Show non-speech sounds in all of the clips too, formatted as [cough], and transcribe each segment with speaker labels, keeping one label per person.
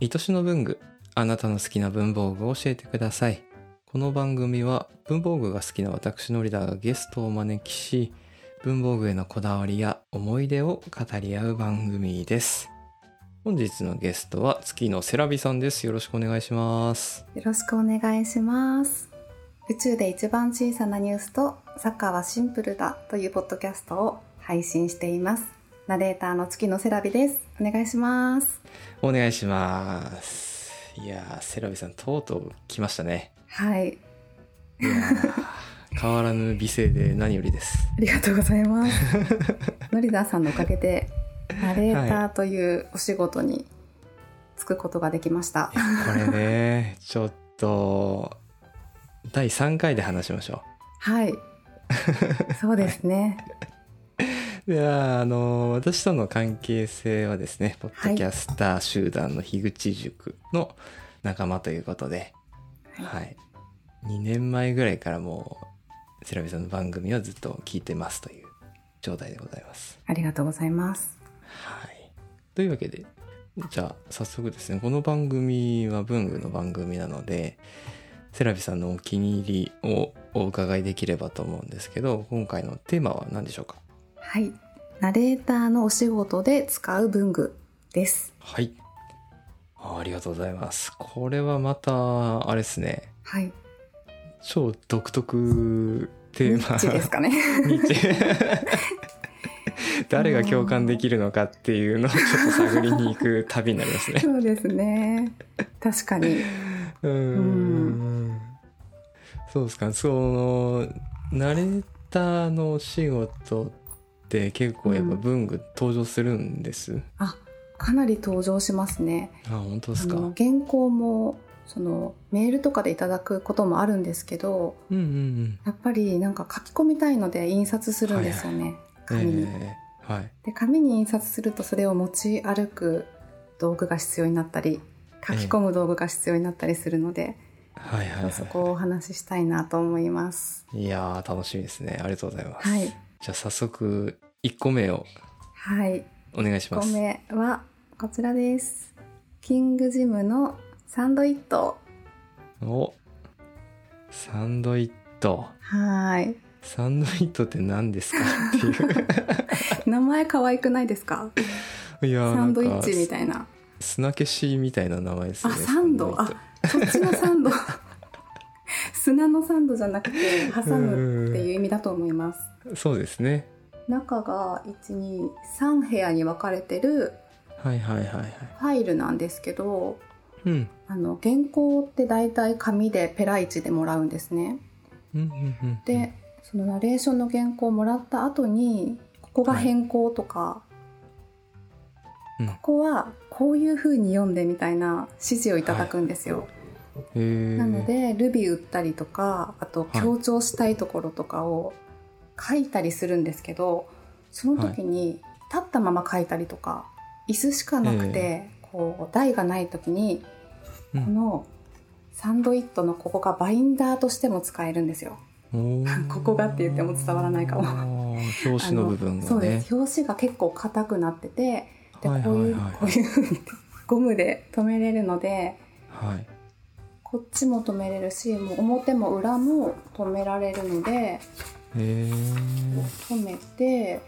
Speaker 1: 三年の文具あなたの好きな文房具を教えてくださいこの番組は文房具が好きな私のリーダーがゲストをお招きし文房具へのこだわりや思い出を語り合う番組です本日のゲストは月のセラビさんですよろしくお願いします
Speaker 2: よろしくお願いします。宇宙で一番小さなニュースとサッカーはシンプルだというポッドキャストを配信しています。ナレーターの月野セラビです。お願いします。
Speaker 1: お願いしますいやーセラビさんとうとう来ましたね
Speaker 2: はい、
Speaker 1: いやー [laughs] 変わらぬ美声で何よりです
Speaker 2: ありがとうございます。 [laughs] ノリダーさんのおかげでナレーターというお仕事に就くことができました
Speaker 1: い。やこれねちょっと第3回で話しましょ
Speaker 2: [laughs] はい、そうですね。
Speaker 1: ういやーあの私との関係性はですねポッドキャスター集団の樋口塾の仲間ということで、はい2年前ぐらいからもうセラビさんの番組をずっと聞いてますという状態でございます
Speaker 2: ありがとうございます。
Speaker 1: はい。というわけで、じゃあ早速ですね、この番組は文具の番組なので、セラビさんのお気に入りをお伺いできればと思うんですけど、今回のテーマは何でしょうか
Speaker 2: はい、ナレーターのお仕事で使う文具です。
Speaker 1: はい。あありがとうございます。これはまた、あれですね、
Speaker 2: はい、
Speaker 1: 超独特テーマ。
Speaker 2: ニッチですかね。
Speaker 1: [laughs] ニッチ誰が共感できるのかっていうのをちょっと探りに行く旅になりますね。
Speaker 2: そうですね。確かに。
Speaker 1: うーんそうですかそのナレーターのお仕事って結構やっぱ文具登場するんです、
Speaker 2: あ、かなり登場しますね。
Speaker 1: あ本当で
Speaker 2: あ
Speaker 1: すか、
Speaker 2: の原稿もそのメールとかでいただくこともあるんですけど、
Speaker 1: うんうん
Speaker 2: やっぱりなんか書き込みたいので印刷するんですよね。
Speaker 1: うん
Speaker 2: 紙に。
Speaker 1: ええはい
Speaker 2: で紙に印刷するとそれを持ち歩く道具が必要になったり、書き込む道具が必要になったりするので、
Speaker 1: はいはい、
Speaker 2: そ
Speaker 1: は
Speaker 2: こをお話ししたいなと思います。
Speaker 1: い、いやー楽しみですねありがとうございます、
Speaker 2: はい
Speaker 1: じゃあ早速1個目を
Speaker 2: はい。
Speaker 1: お願いしま
Speaker 2: 1
Speaker 1: す
Speaker 2: 個目はこちらですキングジムのサンドイット
Speaker 1: おサンドイット
Speaker 2: はい
Speaker 1: サンドイットって何ですかっていう
Speaker 2: 名前可愛くないですか [laughs]
Speaker 1: いやー
Speaker 2: サ
Speaker 1: な
Speaker 2: ン
Speaker 1: んか
Speaker 2: ドイッチみたいな
Speaker 1: 砂消しみたいな名前です
Speaker 2: あ
Speaker 1: ね。
Speaker 2: サンドあそっちのサンド砂のサンドじゃなくて挟むっていう意味だと思います
Speaker 1: そうですね。
Speaker 2: 中が123部屋に分かれてる
Speaker 1: はいはいはいはい。
Speaker 2: ファイルなんですけど
Speaker 1: うん。
Speaker 2: あの原稿って大体紙でペライチでもらうんですね
Speaker 1: うんうんうん。
Speaker 2: で、そのナレーションの原稿をもらった後にここが変更とか、
Speaker 1: うん
Speaker 2: ここはこういう風に読んでみたいな指示をいただくんですよ、
Speaker 1: えー、
Speaker 2: なのでルビー打ったりとかあと
Speaker 1: い
Speaker 2: 強調したいところとかを書いたりするんですけど、その時に立ったまま書いたりとか椅子しかなくて、こう台がない時に
Speaker 1: う
Speaker 2: こ
Speaker 1: ん
Speaker 2: のサンドイットのここがバインダーとしても使えるんですよ。
Speaker 1: おー
Speaker 2: [laughs] ここがって言っても伝わらないかも
Speaker 1: あー表紙の部分
Speaker 2: あ
Speaker 1: がね。
Speaker 2: そうです表紙が結構硬くなっててで
Speaker 1: はい
Speaker 2: こう
Speaker 1: はいいうはい
Speaker 2: こういうふう [laughs] にゴムで留めれるので
Speaker 1: はい。
Speaker 2: こっちも留めれるしもう表も裏も留められるので
Speaker 1: え
Speaker 2: 留めて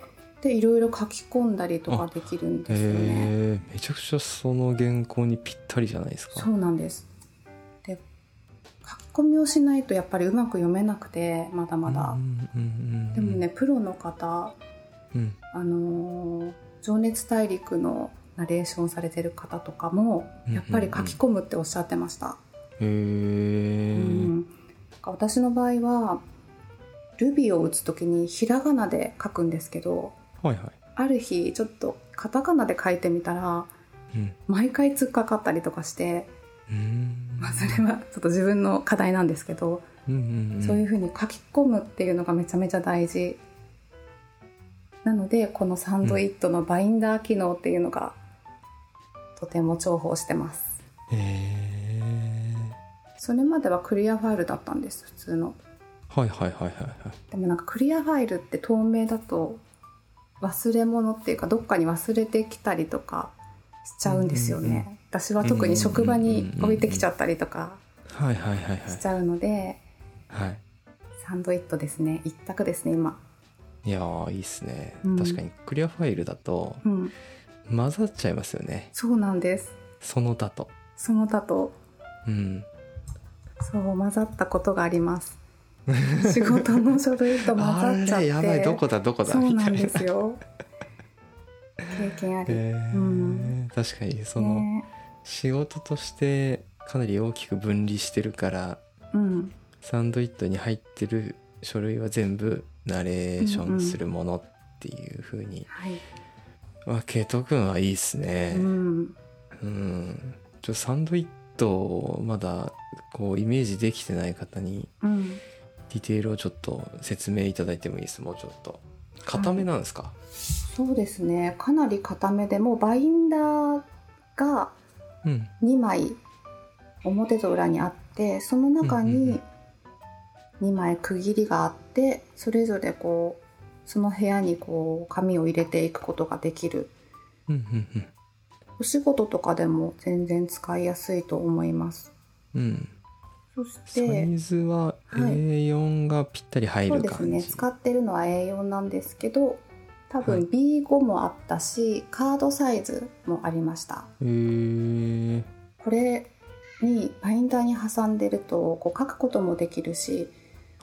Speaker 2: でいろいろ書き込んだりとかできるん
Speaker 1: ー、
Speaker 2: ですよね。
Speaker 1: えー、めちゃくちゃその原稿にぴったりじゃないですか。
Speaker 2: そうなんですで書き込みをしないとやっぱりうまく読めなくてまだまだ
Speaker 1: う。んうんうんうん、
Speaker 2: でもね、プロの方
Speaker 1: うん、
Speaker 2: あのー情熱大陸」のナレーションされてる方とかも
Speaker 1: うん
Speaker 2: やっぱり書き込むっておっしゃってました。
Speaker 1: えー
Speaker 2: うんなんか私の場合はルビーを打つ時にひらがなで書くんですけど
Speaker 1: はいは
Speaker 2: ある日ちょっとカタカナで書いてみたら
Speaker 1: い。うん
Speaker 2: 毎回突っかかったりとかして、
Speaker 1: うーん
Speaker 2: まあ、それはちょっと自分の課題なんですけど、
Speaker 1: うんうんうん、
Speaker 2: そういう風に書き込むっていうのがめちゃめちゃ大事なのでこのサンドイットのバインダー機能っていうのがとても重宝してます
Speaker 1: え
Speaker 2: それまではクリアファイルだったんです普通の
Speaker 1: ー、はいはいはいはいはい。
Speaker 2: でもなんかクリアファイルって透明だと忘れ物っていうかどっかに忘れてきたりとかしちゃうんですよね、
Speaker 1: うんうんう
Speaker 2: 私は特に職場に置いてきちゃったりとか
Speaker 1: はいはいはいはい
Speaker 2: しちゃうので、
Speaker 1: はい
Speaker 2: サンドイットですね一択ですね今
Speaker 1: いやーいいっすね、
Speaker 2: うん
Speaker 1: 確かにクリアファイルだと
Speaker 2: うん
Speaker 1: 混ざっちゃいますよね
Speaker 2: そうなんです
Speaker 1: その他と
Speaker 2: その他と
Speaker 1: うん
Speaker 2: そう混ざったことがあります仕事の書類と混ざ
Speaker 1: あ
Speaker 2: っちゃっ
Speaker 1: れ
Speaker 2: て
Speaker 1: やばいどこだどこだ
Speaker 2: そう
Speaker 1: みた
Speaker 2: ないん
Speaker 1: な
Speaker 2: ですよ経験あり、
Speaker 1: えー
Speaker 2: うん
Speaker 1: 確かにその、
Speaker 2: ね
Speaker 1: 仕事としてかなり大きく分離してるから
Speaker 2: うん
Speaker 1: サンドイットに入ってる書類は全部ナレーションするものっていう風に
Speaker 2: はい、
Speaker 1: 分けとくのはいいっすね。
Speaker 2: うん
Speaker 1: うん、ちょサンドイットをまだこうイメージできてない方に
Speaker 2: うん
Speaker 1: ディテールをちょっと説明いただいてもいいですもうちょっと固めなんですか、
Speaker 2: そうですねかなり固めでもうバインダーが
Speaker 1: うん
Speaker 2: 2枚表と裏にあってその中
Speaker 1: うんうんうん
Speaker 2: に2枚区切りがあってそれぞれこうその部屋にこう紙を入れていくことができる
Speaker 1: うんうんうん
Speaker 2: お仕事とかでも全然使いやすいと思います
Speaker 1: うん
Speaker 2: そ
Speaker 1: サ
Speaker 2: して
Speaker 1: イズは
Speaker 2: はい
Speaker 1: A4 がぴったり入
Speaker 2: そう
Speaker 1: る
Speaker 2: です
Speaker 1: 感じ、
Speaker 2: ね使ってるのは A4 なんですけど多
Speaker 1: はい
Speaker 2: 分 B5 もあったしカードサイズもありました
Speaker 1: へー
Speaker 2: これにバインダーに挟んでるとこう書くこともできるし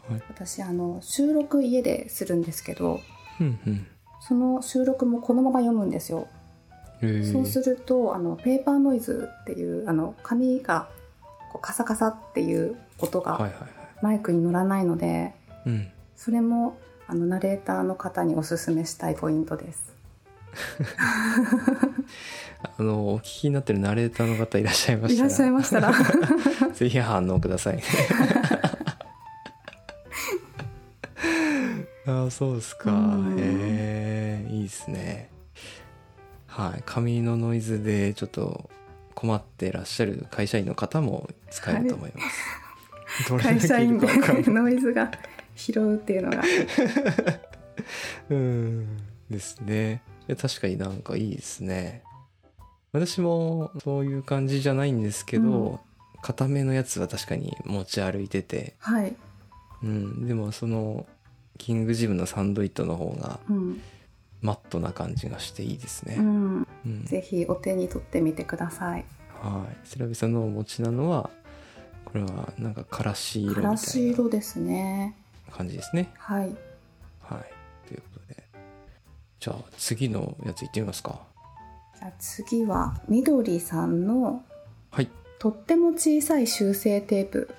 Speaker 1: はい
Speaker 2: 私あの収録家でするんですけど
Speaker 1: うんうん
Speaker 2: その収録もこのまま読むんですよ、
Speaker 1: へー
Speaker 2: そうするとあのペーパーノイズっていうあの紙がこうカサカサっていう音
Speaker 1: はい
Speaker 2: が
Speaker 1: はいはい
Speaker 2: マイクに乗らないので、
Speaker 1: うん
Speaker 2: それもあのナレーターの方におすすめしたいポイントです
Speaker 1: あのお聞きになってるナレーターの方いらっしゃいまし
Speaker 2: い
Speaker 1: た
Speaker 2: らっ
Speaker 1: ら
Speaker 2: しゃいま
Speaker 1: [laughs]
Speaker 2: したら
Speaker 1: ぜひ反応ください [laughs] ああそうですか
Speaker 2: うん
Speaker 1: へえいいですねはい紙のノイズでちょっと困ってらっしゃる会社員の方も使えると思います、どれだけ
Speaker 2: [laughs] 会社員で
Speaker 1: いるかわかんない
Speaker 2: ノイズが拾うっていうのが
Speaker 1: うんですね。いや確かになんかいいですね。私もそういう感じじゃないんですけど、
Speaker 2: うん
Speaker 1: 固めのやつは確かに持ち歩いてて、
Speaker 2: はい、
Speaker 1: うん、でもそのキングジムのサンドイットの方が
Speaker 2: うん
Speaker 1: マットな感じがしていいです
Speaker 2: う
Speaker 1: ね。
Speaker 2: ん、
Speaker 1: うん、
Speaker 2: ぜひお手に取ってみてください。
Speaker 1: はい。セラビさんのお持ちなのはこれはなんかからし色み
Speaker 2: か
Speaker 1: たいな
Speaker 2: らし色ですね。
Speaker 1: 感じですね。
Speaker 2: はい。
Speaker 1: はい。ということで、じゃあ次のやついってみますか。
Speaker 2: じゃあ次はみどりさんの
Speaker 1: はい。
Speaker 2: とっても小さい修正テープ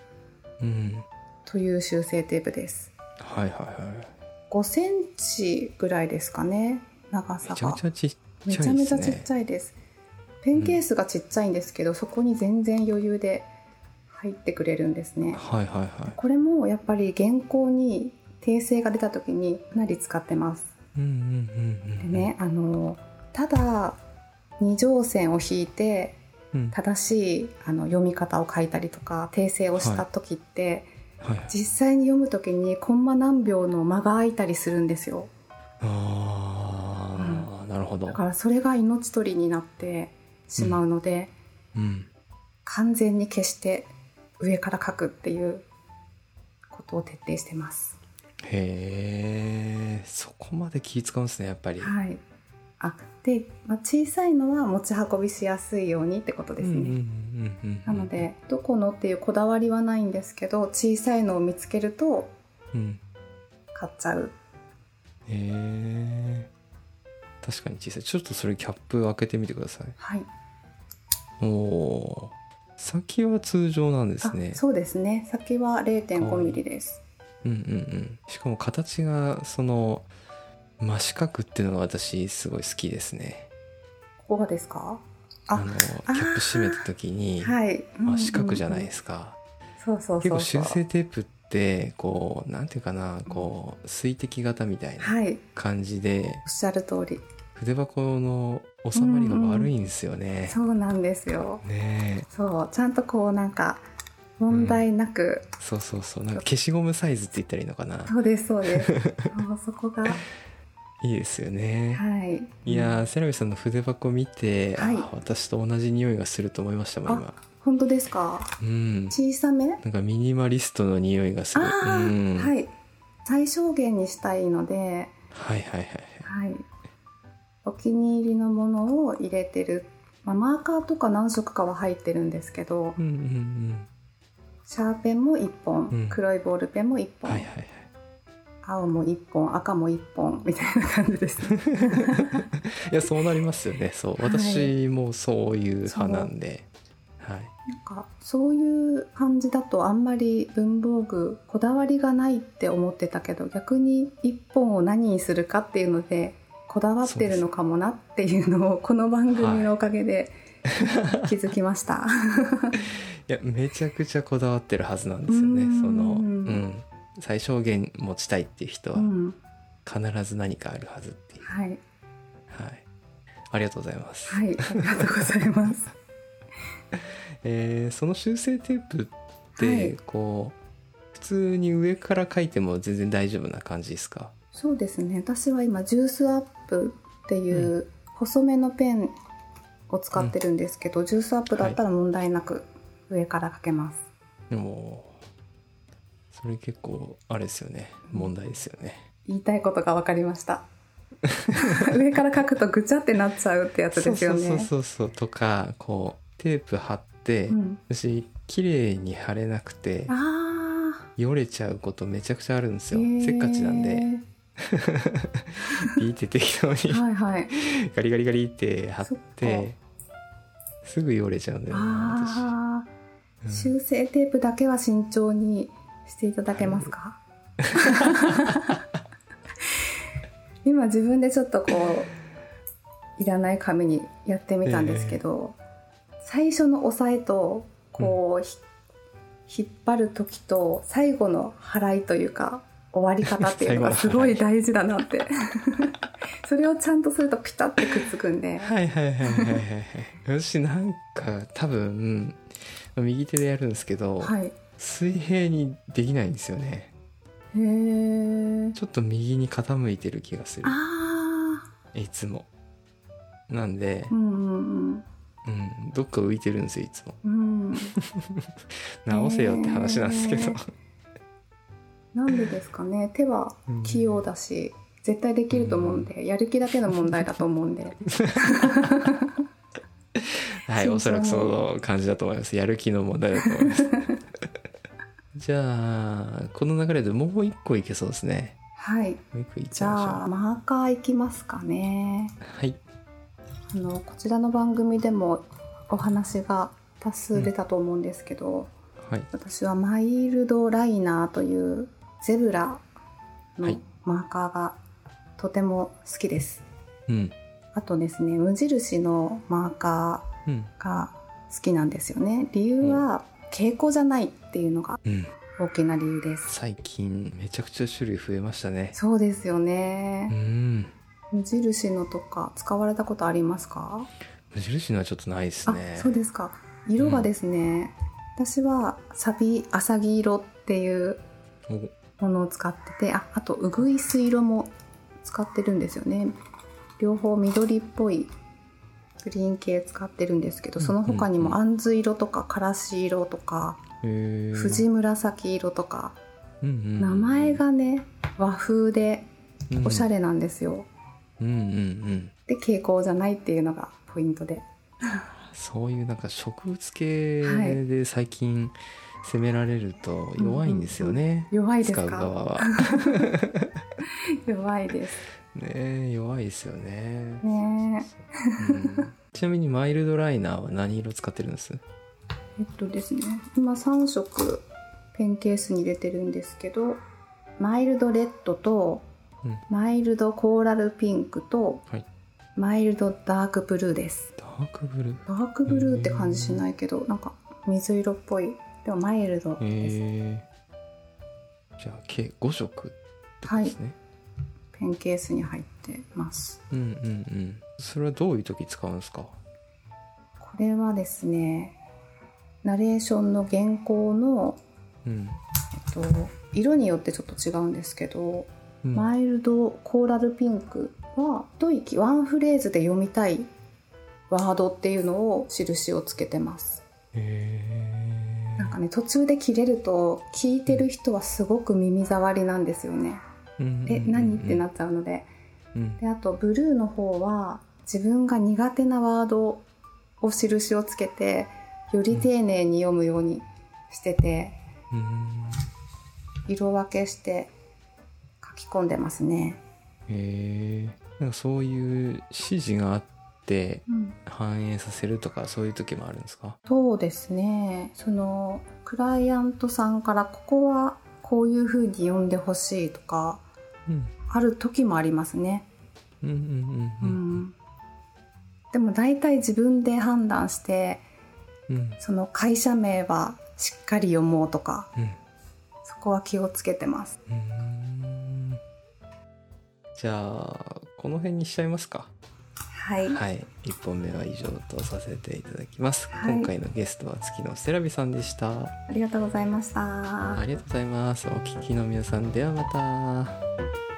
Speaker 1: うん。
Speaker 2: という修正テープです。
Speaker 1: はいはいはい。
Speaker 2: 5センチぐらいですかね。長さ
Speaker 1: めちゃめ
Speaker 2: が
Speaker 1: ち。ゃちっちゃ
Speaker 2: め
Speaker 1: い
Speaker 2: ちゃめ
Speaker 1: で
Speaker 2: ち
Speaker 1: す
Speaker 2: ゃちっ
Speaker 1: ね
Speaker 2: ち。ゃいです。ペンケースがちっちゃいんですけど、そこに全然余裕で入ってくれるんですね。
Speaker 1: はいはいは
Speaker 2: これもやっぱり原稿に訂正が出た時にかなり使ってます。
Speaker 1: い。うんうんうん
Speaker 2: で
Speaker 1: うん。
Speaker 2: ね、あのただ二乗線を引いて
Speaker 1: うん。
Speaker 2: 正しいあの読み方を書いたりとか訂正をした時って、
Speaker 1: はい。
Speaker 2: 実際に読む時にコンマ何秒の間が空いたりするんですよ
Speaker 1: ああ、なるほど
Speaker 2: だ。からそれが命取りになってしまうので、
Speaker 1: うん。
Speaker 2: 完全に消して上から書くっていうことを徹底してます
Speaker 1: へえ、そこまで気使うんですねやっぱり。
Speaker 2: はいあで、まあ、小さいのは持ち運びしやすいようにってことですね、
Speaker 1: うんうんうんうんう
Speaker 2: なんの。でどこのっていうこだわりはないんですけど小さいのを見つけると
Speaker 1: うん。
Speaker 2: 買っちゃう
Speaker 1: へえ。確かに小さい。ちょっとそれキャップ開けてみてください。
Speaker 2: はい
Speaker 1: おおー。先は通常なんですね
Speaker 2: あ。そうですね先は0 5ミリです
Speaker 1: うんうんうん。しかも形がその真四角っていうのが私すごい好きですね。
Speaker 2: ここがですか
Speaker 1: あ
Speaker 2: あ
Speaker 1: のキャ
Speaker 2: あー
Speaker 1: ップ閉めた時に、
Speaker 2: はい、
Speaker 1: まあ、四角じゃないですすか、
Speaker 2: そうそうそう
Speaker 1: 結構修正テープってこうなんていうかなこう水滴型みたいな
Speaker 2: はいおっ
Speaker 1: 感じで、
Speaker 2: しゃる通り
Speaker 1: 筆箱の収まりが悪いんですよね。
Speaker 2: そうなんですよ
Speaker 1: ねえ
Speaker 2: そうちゃんとこうなんか問題なく、
Speaker 1: そうそうそうなんか消しゴムサイズって言ったらいいのかな
Speaker 2: そうですそうですそうそこが
Speaker 1: いいですよね。
Speaker 2: はい。
Speaker 1: いやー、セラミさんの筆箱見て、
Speaker 2: はい
Speaker 1: あ私と同じ匂いがすると思いましたもん、今
Speaker 2: あ。、本当ですか。
Speaker 1: うん。
Speaker 2: 小さめ。
Speaker 1: なんかミニマリストの匂いがす
Speaker 2: あ
Speaker 1: る。
Speaker 2: あ、
Speaker 1: うんはい、
Speaker 2: はい。最小限にしたいので、
Speaker 1: はいはいはい。
Speaker 2: はい。お気に入りのものを入れてる。まあ、マーカーとか何色かは入ってるんですけど
Speaker 1: う、んうん
Speaker 2: シャーペンも1本、
Speaker 1: うん
Speaker 2: 黒いボールペンも1
Speaker 1: うん。
Speaker 2: 本、
Speaker 1: はいはいはい。
Speaker 2: 青も1本、赤も1本みたいな感じですね。
Speaker 1: いや、そうなりますよね。そう。
Speaker 2: はい
Speaker 1: 私もそういう派なんで。はい。
Speaker 2: なんかそういう感じだとあんまり文房具こだわりがないって思ってたけど逆に一本を何にするかっていうのでこだわってるのかもなっていうのをこの番組のおかげで気づきました。
Speaker 1: いや、めちゃくちゃこだわってるはずなんですよね。
Speaker 2: うん
Speaker 1: その、うん。最小限持ちたいっていう人
Speaker 2: う
Speaker 1: は、
Speaker 2: ん、
Speaker 1: 必ず何かあるはずっていう。
Speaker 2: はい、
Speaker 1: はい。ありがとうございます。
Speaker 2: はい、ありがとうございます。
Speaker 1: えーその修正テープって、
Speaker 2: はい
Speaker 1: こう普通に上から書いても全然大丈夫な感じですか
Speaker 2: そうですね私は今ジュースアップっていう細めのペンを使ってるんですけど、ジュースアップだったら問題なく上から書けます。
Speaker 1: でもそれ結構あれですよね問題ですよね
Speaker 2: 言いたいことが分かりました [laughs] 上から書くとぐちゃってなっちゃうってやつ
Speaker 1: そ
Speaker 2: で
Speaker 1: う
Speaker 2: すよ
Speaker 1: そう
Speaker 2: ね
Speaker 1: そうそうそうとかこうテープ貼って、
Speaker 2: うん
Speaker 1: 私綺麗に貼れなくて
Speaker 2: ああ
Speaker 1: よれちゃうことめちゃくちゃあるんです
Speaker 2: せ
Speaker 1: よ、せっかちなんでビーって適当に
Speaker 2: はいはい
Speaker 1: [laughs] ガリガリガリって貼っ
Speaker 2: そっか
Speaker 1: てすぐよれちゃうんだよな
Speaker 2: ああ、
Speaker 1: 私、うん
Speaker 2: 修正テープだけは慎重にしていただけます [laughs] か、今自分でちょっとこういらない紙にやってみたんですけど、最初の押さえとこう、ひ引っ張る時と最後の払いというか終わり方っていうのが
Speaker 1: 最
Speaker 2: す
Speaker 1: 後の
Speaker 2: ご
Speaker 1: 払い
Speaker 2: い大事だなって [laughs] それをちゃんとするとピタッてくっつくんで
Speaker 1: はいはいはいはいはいはい。私なんか多分右手でやるんですけど、
Speaker 2: はいへ
Speaker 1: 水平にできないんですよね。
Speaker 2: え
Speaker 1: ちょっと右に傾いてる気がする
Speaker 2: あ。あ
Speaker 1: いつも。なんで
Speaker 2: う、んうんうん
Speaker 1: うん、どっか浮いてるんですよいつも。
Speaker 2: うん、
Speaker 1: 直せよって話なんですけど。
Speaker 2: へーなんでですかね手は器用だし、絶対できると思うんで、やる気だけの問題だと思うんで
Speaker 1: はい、おそらくその感じだと思います。やる気の問題だと思い
Speaker 2: [laughs]
Speaker 1: ます。じゃあこの流れでもう一個いけそうですね。
Speaker 2: はい
Speaker 1: もう一個いっち
Speaker 2: じ
Speaker 1: ゃいましょう
Speaker 2: ゃあマーカーいきますかね。
Speaker 1: はい。
Speaker 2: あのこちらの番組でもお話が多数出たと思うんですけど、
Speaker 1: はい。
Speaker 2: 私はマイルドライナーというゼブラ
Speaker 1: は
Speaker 2: の
Speaker 1: い
Speaker 2: マーカーがとても好きです、
Speaker 1: うん。
Speaker 2: あとですね無印のマーカー
Speaker 1: うん。
Speaker 2: が好きなんですよね理由は傾向じゃないっていうのが
Speaker 1: うん。
Speaker 2: 大きな理由です
Speaker 1: 最近めちゃくちゃ種類増えましたね
Speaker 2: そうですよ
Speaker 1: う
Speaker 2: ね
Speaker 1: ん
Speaker 2: 無印のとか使われたことありますか
Speaker 1: 無印のはちょっとないです
Speaker 2: あ
Speaker 1: ね
Speaker 2: そうですか色がですね、私はサビアサギ色っていう
Speaker 1: お
Speaker 2: ものを使っててああとうぐいす色も使ってるんですよね両方緑っぽいグリーン系使ってるんですけどその他に
Speaker 1: うんう
Speaker 2: も
Speaker 1: ん
Speaker 2: あんず色とかからし色とか
Speaker 1: へー
Speaker 2: 藤紫色とか
Speaker 1: うんうん
Speaker 2: 名前がね和風でおしゃれなんですよ、
Speaker 1: うんうんうん
Speaker 2: で蛍光じゃないっていうのがポイントで
Speaker 1: そういうなんか植物系
Speaker 2: はい
Speaker 1: で最近攻められると弱いんですよね、
Speaker 2: 弱いです
Speaker 1: 使う
Speaker 2: か
Speaker 1: 側は
Speaker 2: 弱いです
Speaker 1: ねえ弱いですよね
Speaker 2: ね
Speaker 1: うんちなみにマイルドライナーは何色使ってるんです
Speaker 2: えっとですね今3色ペンケースに入れてるんですけどマイルドレッドと
Speaker 1: うん
Speaker 2: マイルドコーラルピンクと、
Speaker 1: はい
Speaker 2: マイルドダークブルーです
Speaker 1: ダークブルー
Speaker 2: ダークブルーって感じしないけどなんか水色っぽいでもマイルドです、
Speaker 1: えー、じゃあ計5色ってことですね、
Speaker 2: ペンケースに入ってます
Speaker 1: うんうんうんそれはどういう時使うんですか
Speaker 2: これはですねナレーションの原稿の、
Speaker 1: うん
Speaker 2: えっと、色によってちょっと違うんですけど
Speaker 1: うん
Speaker 2: マイルドコーラルピンクは一息ワンフレーズで読みたいワードっていうのを印をつけてます
Speaker 1: へ
Speaker 2: なんかね途中で切れると聞いてる人はすごく耳障りなんですよねえ何ってな
Speaker 1: っ
Speaker 2: っちゃうので
Speaker 1: うん
Speaker 2: であとブルーの方は自分が苦手なワードを印をつけてより丁寧に読むようにしてて
Speaker 1: うん
Speaker 2: 色分けして書き込んでますね、
Speaker 1: へーなんかそういう指示があって
Speaker 2: うん、
Speaker 1: 反映させるとかそういう時もあるんですか
Speaker 2: そうですねそのクライアントさんからここはこういう風に読んでほしいとか
Speaker 1: うん
Speaker 2: ある時もありますね
Speaker 1: うんうんう
Speaker 2: う、
Speaker 1: んん
Speaker 2: でも大体自分で判断して
Speaker 1: うんうん
Speaker 2: その会社名はしっかり読もうとか
Speaker 1: うん
Speaker 2: そこは気をつけてます
Speaker 1: うーんじゃあこの辺にしちゃいますか
Speaker 2: はい
Speaker 1: はい1本目は以上とさせていただきます、
Speaker 2: はい
Speaker 1: 今回のゲストは月のセラビさんでした
Speaker 2: ありがとうございました
Speaker 1: ありがとうございますお聞きの皆さんではまた